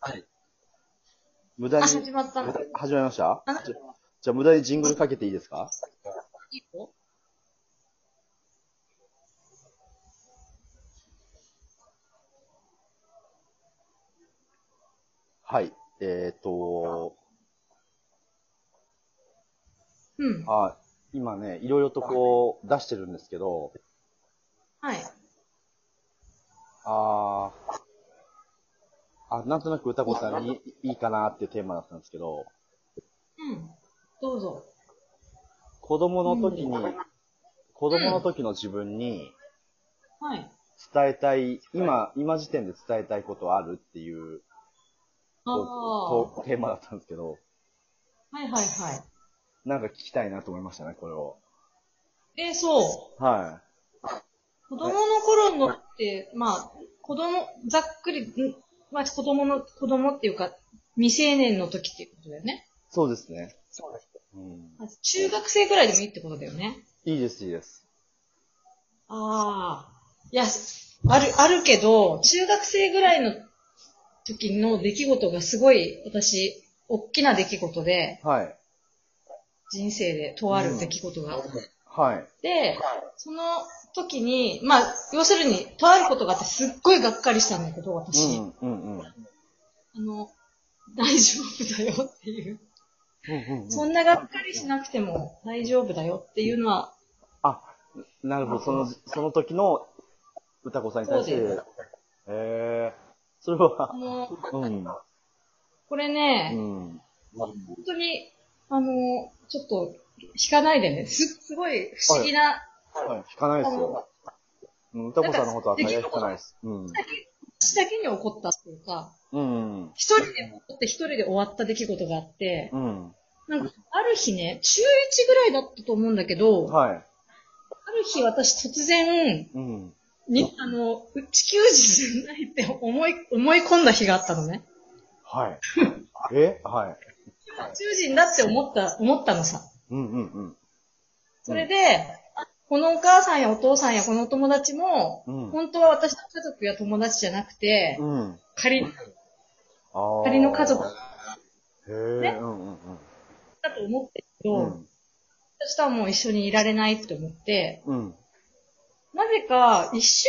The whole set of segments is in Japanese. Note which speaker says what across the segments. Speaker 1: はい。
Speaker 2: 無
Speaker 3: あ、
Speaker 2: 駄に、
Speaker 3: 始まった。い
Speaker 2: 無駄始まりました
Speaker 3: あ
Speaker 2: じゃじゃあ無駄にジングルかけていいですか
Speaker 3: いよ
Speaker 2: はい。えーっと、
Speaker 3: うん。
Speaker 2: あ、今ね、いろいろとこう出してるんですけど、
Speaker 3: はい。
Speaker 2: あー、あ、なんとなく歌子さんにいいかなっていうテーマだったんですけど、
Speaker 3: うん。どうぞ。
Speaker 2: 子供の時に、
Speaker 3: うん
Speaker 2: 子供の時の自分に
Speaker 3: はい。
Speaker 2: 伝えたい、今、今時点で伝えたいことあるっていう、
Speaker 3: ああ。は
Speaker 2: とテーマだったんですけど、
Speaker 3: いはいは
Speaker 2: なんか聞きたいなと思いましたね、これを。
Speaker 3: い。えー、そう。
Speaker 2: は
Speaker 3: 子供の頃のって、まあ、子供、ざっくり、んまあ、子供の、子供っていうか、未成年の時っていうことだよね。
Speaker 2: い。そうですね。
Speaker 1: そうです。
Speaker 2: うん、
Speaker 3: あ中学生ぐらいでもいいってことだよね。
Speaker 2: いいです、いいです。
Speaker 3: ああ。いや、ある、あるけど、中学生ぐらいの時の出来事がすごい、私、大きな出来事で、
Speaker 2: はい。
Speaker 3: 人生でとある出来事があって、
Speaker 2: はい。
Speaker 3: その時に、まあ、要するに、とあることがあって、すっごいがっかりしたんだけど、
Speaker 2: う
Speaker 3: 私、
Speaker 2: ん、うん、うん。うん
Speaker 3: あの、大丈夫だよっていう、
Speaker 2: うん
Speaker 3: そ
Speaker 2: うん
Speaker 3: んながっかりしなくても大丈夫だよっていうのは、
Speaker 2: あ、なるほど。その、その時の歌子さんに対して。
Speaker 3: そ
Speaker 2: へ
Speaker 3: うです
Speaker 2: えー。それは
Speaker 3: あ、の、
Speaker 2: うん。
Speaker 3: これね、
Speaker 2: うん。
Speaker 3: 本当に、あの、ちょっと、引かないでね。す、すごい不思議な、
Speaker 2: はい。弾かないですよ。うん、歌子さんのことは大概弾かないです。うん。
Speaker 3: 私だけに起こったっていうか、
Speaker 2: うん。
Speaker 3: 一人で起こって一人で終わった出来事があって、
Speaker 2: うん。
Speaker 3: なんか、ある日ね、中1ぐらいだったと思うんだけど、あ
Speaker 2: はい。
Speaker 3: る日私突然、
Speaker 2: うん。
Speaker 3: に、あの、う地球人じゃないって思い、思い込んだ日があったのね。
Speaker 2: はい。えはい。
Speaker 3: 宇宙人だって思った、思ったのさ。
Speaker 2: うんうんうん。
Speaker 3: それで、あこのお母さんやお父さんやこのお友達も、
Speaker 2: うん
Speaker 3: 本当は私の家族や友達じゃなくて、
Speaker 2: うん。
Speaker 3: 仮に
Speaker 2: あー
Speaker 3: 仮の家族だ
Speaker 2: へえ。うんうん
Speaker 3: と思ってるけ
Speaker 2: う
Speaker 3: ど、
Speaker 2: ん。うん。
Speaker 3: そしたらもう一緒にいられないって思って、
Speaker 2: うん。
Speaker 3: なぜか、一週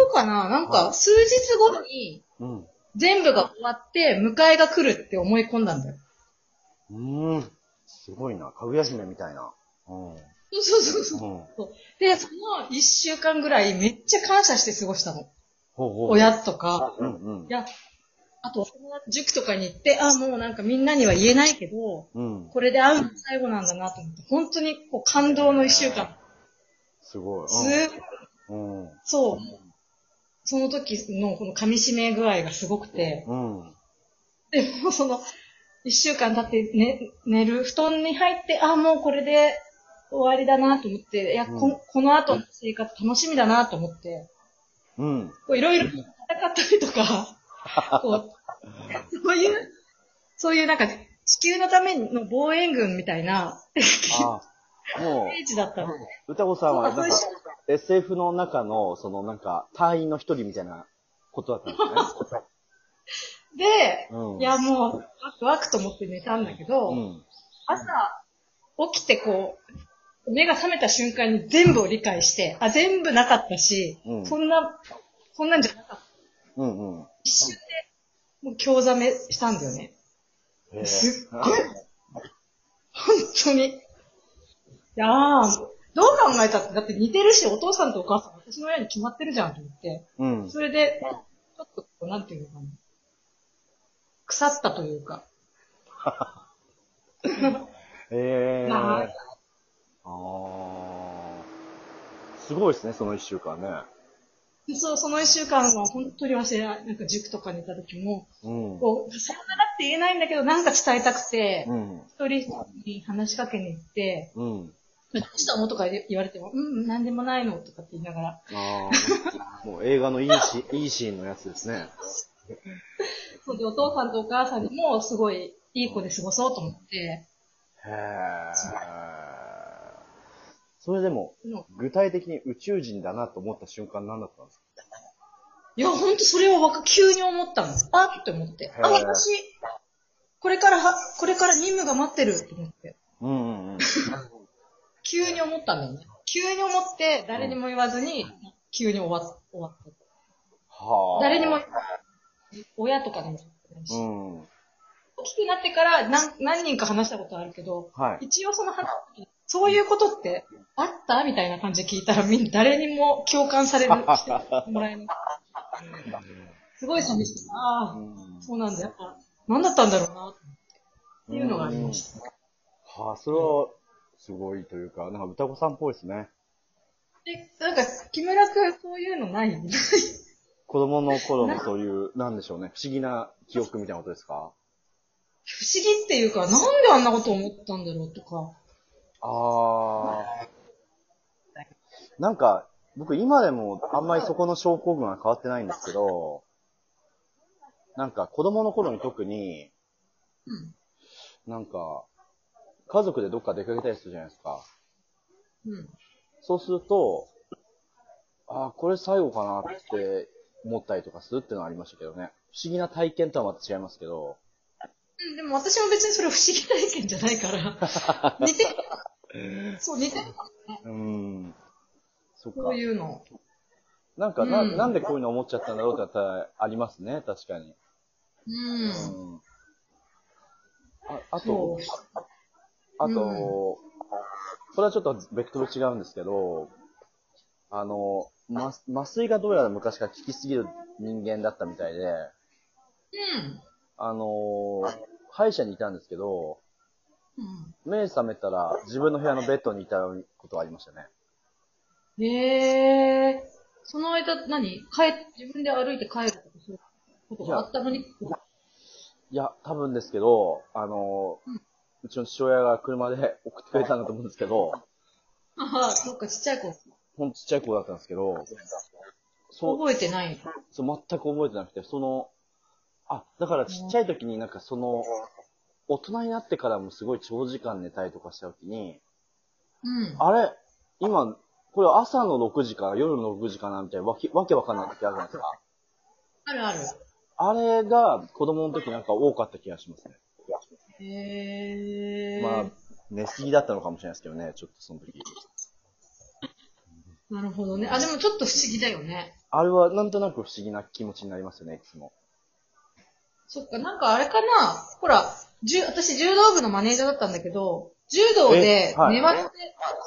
Speaker 3: 間後かななん
Speaker 2: はい
Speaker 3: か、数日後に、
Speaker 2: うん。
Speaker 3: 全部が終わって、迎えが来るって思い込んだんだよ。
Speaker 2: うーん。すごいな。かぐや姫みたいな。うん。う
Speaker 3: そうそうそう。
Speaker 2: ん。
Speaker 3: で、その一週間ぐらい、めっちゃ感謝して過ごしたの。
Speaker 2: ほうほう。
Speaker 3: 親とか、
Speaker 2: うんうん
Speaker 3: い。や、あと、塾とかに行って、あ、もうなんかみんなには言えないけど、
Speaker 2: うん。
Speaker 3: これで会うの最後なんだなと思って、本当にこう感動の一週間。
Speaker 2: すごい。
Speaker 3: す
Speaker 2: うん。
Speaker 3: そう。その時のこの噛み締め具合がすごくて、
Speaker 2: うん。うん。
Speaker 3: でもその、一週間経って寝、寝る、布団に入って、あ、もうこれで終わりだなと思って、いや、
Speaker 2: うん
Speaker 3: ここの後の生活楽しみだなと思って、
Speaker 2: うん。
Speaker 3: こういろいろ戦ったりと か、こう、そういう、そういうなんか、地球のための防衛軍みたいな
Speaker 2: ああ。も
Speaker 3: イメージだったの。
Speaker 2: う、歌子さんは、
Speaker 3: そ
Speaker 2: な
Speaker 3: うんだ
Speaker 2: か
Speaker 3: そう、
Speaker 2: SF の中の、その、なんか、隊員の一人みたいなことだったんですね。
Speaker 3: で、
Speaker 2: うん。
Speaker 3: いや、もう、ワクワクと思って寝たんだけど、
Speaker 2: うん。
Speaker 3: 朝、起きてこう、目が覚めた瞬間に全部を理解して、あ、全部なかったし、
Speaker 2: うん
Speaker 3: そんな、そんなんじゃなかった。
Speaker 2: うんうん。
Speaker 3: 一瞬で、もう興ざめしたんだよね。
Speaker 2: へえ
Speaker 3: すっごい。本当に。いやー、どう考えたって、だって似てるし、お父さんとお母さん、私の親に決まってるじゃんと思って。
Speaker 2: うん。
Speaker 3: それで、ちょっとこう、なんていうのかな。腐ったというか。
Speaker 2: ええー。
Speaker 3: まあ
Speaker 2: ああ。すごいですね、その一週間ね。
Speaker 3: でそう、その一週間は本当に忘れない。なんか塾とかにいた時も、
Speaker 2: うん。
Speaker 3: こう、さよならって言えないんだけど、なんか伝えたくて、
Speaker 2: うん。
Speaker 3: 一人一人に話しかけに行って、
Speaker 2: うん。
Speaker 3: どうしたのとか言われても、うん、うんなんでもないのとかって言いながら。
Speaker 2: ああ。もう映画のいいシーン、いいシーンのやつですね。
Speaker 3: そうで、お父さんとお母さんにも、すごい、いい子で過ごそうと思って、
Speaker 2: へえ。それでも、
Speaker 3: の
Speaker 2: 具体的に宇宙人だなと思った瞬間何だったんです
Speaker 3: いや、ほんとそれをわか急に思ったの。あって思って。あ、
Speaker 2: へー
Speaker 3: 私、これからは、これから任務が待ってるって思って。
Speaker 2: うんうんうん。
Speaker 3: 急に思ったんだよね。急に思って、誰にも言わずに、急に終わっ終わった。
Speaker 2: はあ。
Speaker 3: 誰にも、親とかにも言ってないし。
Speaker 2: うん。
Speaker 3: 大きくなってから何何人か話したことあるけど、
Speaker 2: はい。
Speaker 3: 一応その話、そういうことってあったみたいな感じで聞いたら、みん誰にも共感される、してもらえない。 すごい寂しい。ああ、そうなんだ。やっぱ、何だったんだろうな、っていうのがありました。
Speaker 2: た。はあ、それは、すごいというか、なんか歌子さんっぽいですね。
Speaker 3: で、なんか、木村くん、そういうの ない
Speaker 2: 子供の頃のそういう、なんでしょうね、不思議な記憶みたいなことですか
Speaker 3: 不思議っていうか、なんであんなこと思ったんだろうとか。
Speaker 2: ああ。なんか、僕今でもあんまりそこの症候群は変わってないんですけど、なんか子供の頃に特に、なんか、家族でどっか出かけたりするじゃないですか。
Speaker 3: うん。
Speaker 2: そうすると、ああ、これ最後かなって思ったりとかするっていうのはありましたけどね。不思議な体験とはまた違いますけど。
Speaker 3: うん、でも私も別にそれ不思議体験じゃない から。似てる。そう、似てる。
Speaker 2: うーん。そっか
Speaker 3: こう。いうの。
Speaker 2: なんかな、
Speaker 3: うん
Speaker 2: なんでこういうの思っちゃったんだろうってやったらありますね、確かに。
Speaker 3: うん。
Speaker 2: うん。ああと
Speaker 3: そ、
Speaker 2: あと、
Speaker 3: うん
Speaker 2: これはちょっとベクトル違うんですけど、あの、ま麻酔がどうやら昔から効きすぎる人間だったみたいで、
Speaker 3: う。うん。
Speaker 2: あの、歯医者にいたんですけど、
Speaker 3: う
Speaker 2: 目覚めたら自分の部屋のベッドにいたことがありましたね。
Speaker 3: ん。へえ。その間、何帰、自分で歩いて帰るとかそういうことがあったのに。
Speaker 2: いや、多分ですけど、あの、うちの父親が車で送ってくれたんだと思うんですけど、
Speaker 3: ああ、そっか、ちっちゃい子。
Speaker 2: ほんとちっちゃい子だったんですけど、そう、
Speaker 3: 覚えてない。
Speaker 2: そう全く覚えてなくて、その、あ、だからちっちゃい時になんかその、大人になってからもすごい長時間寝たりとかした時に、
Speaker 3: うん。
Speaker 2: あれ今、これ朝の6時か夜の6時かなみたいなわけわけわかんない時あるじゃないですか。
Speaker 3: あるある。
Speaker 2: あれが子供の時なんか多かった気がしますね。
Speaker 3: へえ。
Speaker 2: まあ、寝すぎだったのかもしれないですけどね、ちょっとその時。
Speaker 3: なるほどね。あ、でもちょっと不思議だよね。
Speaker 2: あれはなんとなく不思議な気持ちになりますよね、いつも。
Speaker 3: そっか、なんかあれかな。ほら、じゅ私柔道部のマネージャーだったんだけど、柔道で
Speaker 2: えはい
Speaker 3: 粘って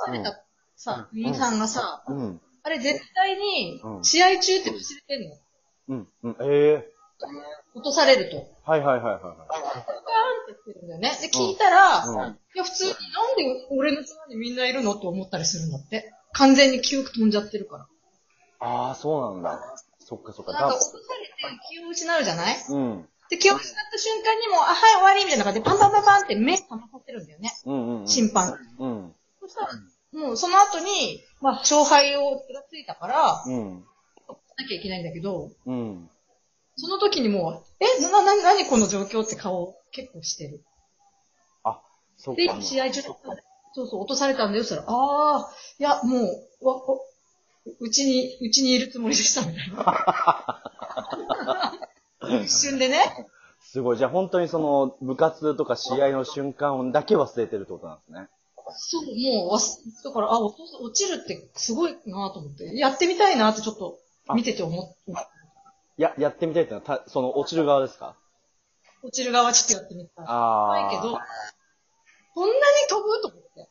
Speaker 3: されたさ、
Speaker 2: うん
Speaker 3: 兄さんがさ、
Speaker 2: うん。
Speaker 3: あれ絶対に
Speaker 2: う、ん
Speaker 3: 試合中って忘れてんの。
Speaker 2: うん。うん。ええ
Speaker 3: 落とされると。
Speaker 2: はいはいはいはいは
Speaker 3: ガーンって言ってるんだよね。で、聞いたら、
Speaker 2: うん
Speaker 3: いや、普通になんで俺の妻にみんないるのと思ったりするんだって。完全に記憶飛んじゃってるから。
Speaker 2: い。ああ、そうなんだ。そっかそっか。
Speaker 3: なんか、
Speaker 2: だ
Speaker 3: 落とされて気を失うじゃない
Speaker 2: うん。
Speaker 3: で、気を失った瞬間にもう、あ、はい、終わりみたいな感じで、パンパンパンパンって目覚まさってるんだよね。
Speaker 2: うんうんうん。
Speaker 3: 審判。
Speaker 2: うん。
Speaker 3: そしたら、もうその後に、まあ、勝敗を気がついたから、
Speaker 2: うん。
Speaker 3: なきゃいけないんだけど、
Speaker 2: うん。
Speaker 3: その時にもう、え、な、な、な、何この状況って顔を結構してる。
Speaker 2: あ、そっ
Speaker 3: で
Speaker 2: か、。
Speaker 3: 試合中、そうそう、落とされたんだよ、そしたら、ああ、いや、もう、わ、おうちに、うちにいるつもりでした、みた いな。一瞬でね。
Speaker 2: すごい。じゃあ本当にその、部活とか試合の瞬間だけ忘れてるってことなんですね。
Speaker 3: そう、もう、わす、だから、あ、落とす落ちるってすごいなと思って、やってみたいなってちょっと、見てて思って、
Speaker 2: いや、やってみたいってのは、たその、落ちる側ですか
Speaker 3: 落ちる側ちょっとやってみたい。
Speaker 2: ああ。
Speaker 3: 怖いけど、こんなに飛ぶと思って。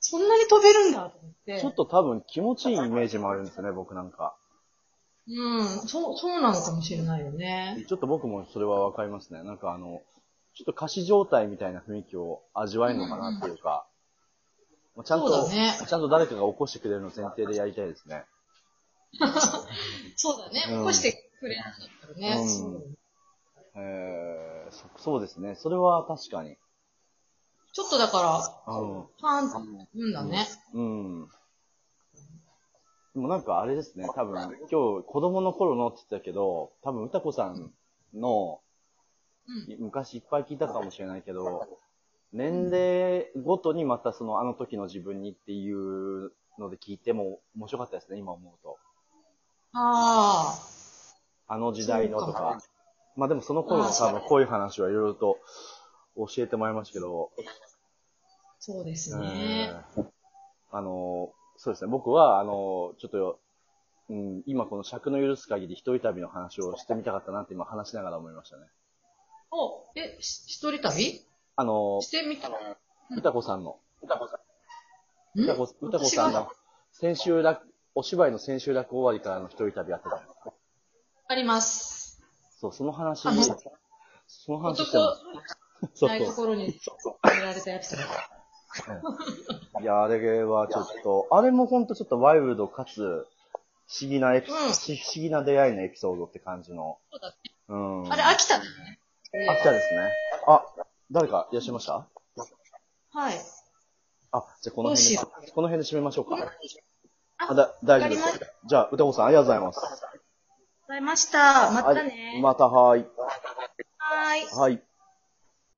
Speaker 3: そんなに飛べるんだと思って。
Speaker 2: ちょっと多分気持ちいいイメージもあるんですよね、僕なんか。
Speaker 3: うん、そう、そうなのかもしれないよね。
Speaker 2: ちょっと僕もそれはわかりますね。なんかあの、ちょっと歌詞状態みたいな雰囲気を味わえるのかなっていうか、まあちゃん
Speaker 3: そう
Speaker 2: と、
Speaker 3: だね
Speaker 2: ちゃんと誰かが起こしてくれるの前提でやりたいですね。
Speaker 3: そうだね。
Speaker 2: うん
Speaker 3: 起こしてくれなかったらね。
Speaker 2: うん
Speaker 3: そう
Speaker 2: えー、そそうですね。それは確かに。
Speaker 3: ちょっとだから、
Speaker 2: うん。
Speaker 3: パーンって言うんだね。
Speaker 2: うん。でもなんかあれですね、多分今日子供の頃のって言ってたけど、多分歌子さんの
Speaker 3: うん。
Speaker 2: い昔いっぱい聞いたかもしれないけど、年齢ごとにまたそのあの時の自分にっていうので聞いても面白かったですね、今思うと。
Speaker 3: ああ。
Speaker 2: あの時代のとか。まあでもその頃の
Speaker 3: あ
Speaker 2: 多
Speaker 3: そう
Speaker 2: 分こういう話はいろいろと教えてもらいましたけど、
Speaker 3: そうですね。
Speaker 2: うんあの、そうですね。僕は、あの、ちょっと、うん、今この尺の許す限り一人旅の話をしてみたかったなって今話しながら思いましたね。
Speaker 3: お、え、し一人旅
Speaker 2: あの
Speaker 3: し、てみたのうん
Speaker 2: 歌子さんの、歌子さん、
Speaker 3: ん
Speaker 2: 歌子歌子さん
Speaker 3: 私が
Speaker 2: の、先週落、お芝居の先週落終わりからの一人旅あったじゃないですか。
Speaker 3: あります。
Speaker 2: そう、その話
Speaker 3: あの、
Speaker 2: その話して
Speaker 3: 男
Speaker 2: も、そう
Speaker 3: ないと
Speaker 2: そ
Speaker 3: ころに入れられたやつとか。
Speaker 2: う。いや、あれはちょっと、あれもほんとちょっとワイルドかつ、不思議なエピ、
Speaker 3: うん
Speaker 2: し不思議な出会いのエピソードって感じの。
Speaker 3: そうだね
Speaker 2: うん。
Speaker 3: あれ、秋田だよね。
Speaker 2: 秋田ですね。あ、誰かいらっしゃいました
Speaker 3: はい。
Speaker 2: あ、じゃあこの辺で
Speaker 3: どうしよ、
Speaker 2: この辺で締めましょうか。
Speaker 3: あ
Speaker 2: あ、だ、大丈夫で
Speaker 3: わかり
Speaker 2: す
Speaker 3: ま。
Speaker 2: じゃあ、歌子さんありがとうございます。
Speaker 3: ございました。また
Speaker 2: は
Speaker 3: ね
Speaker 2: い。またはーい。
Speaker 3: はーい。
Speaker 2: はい。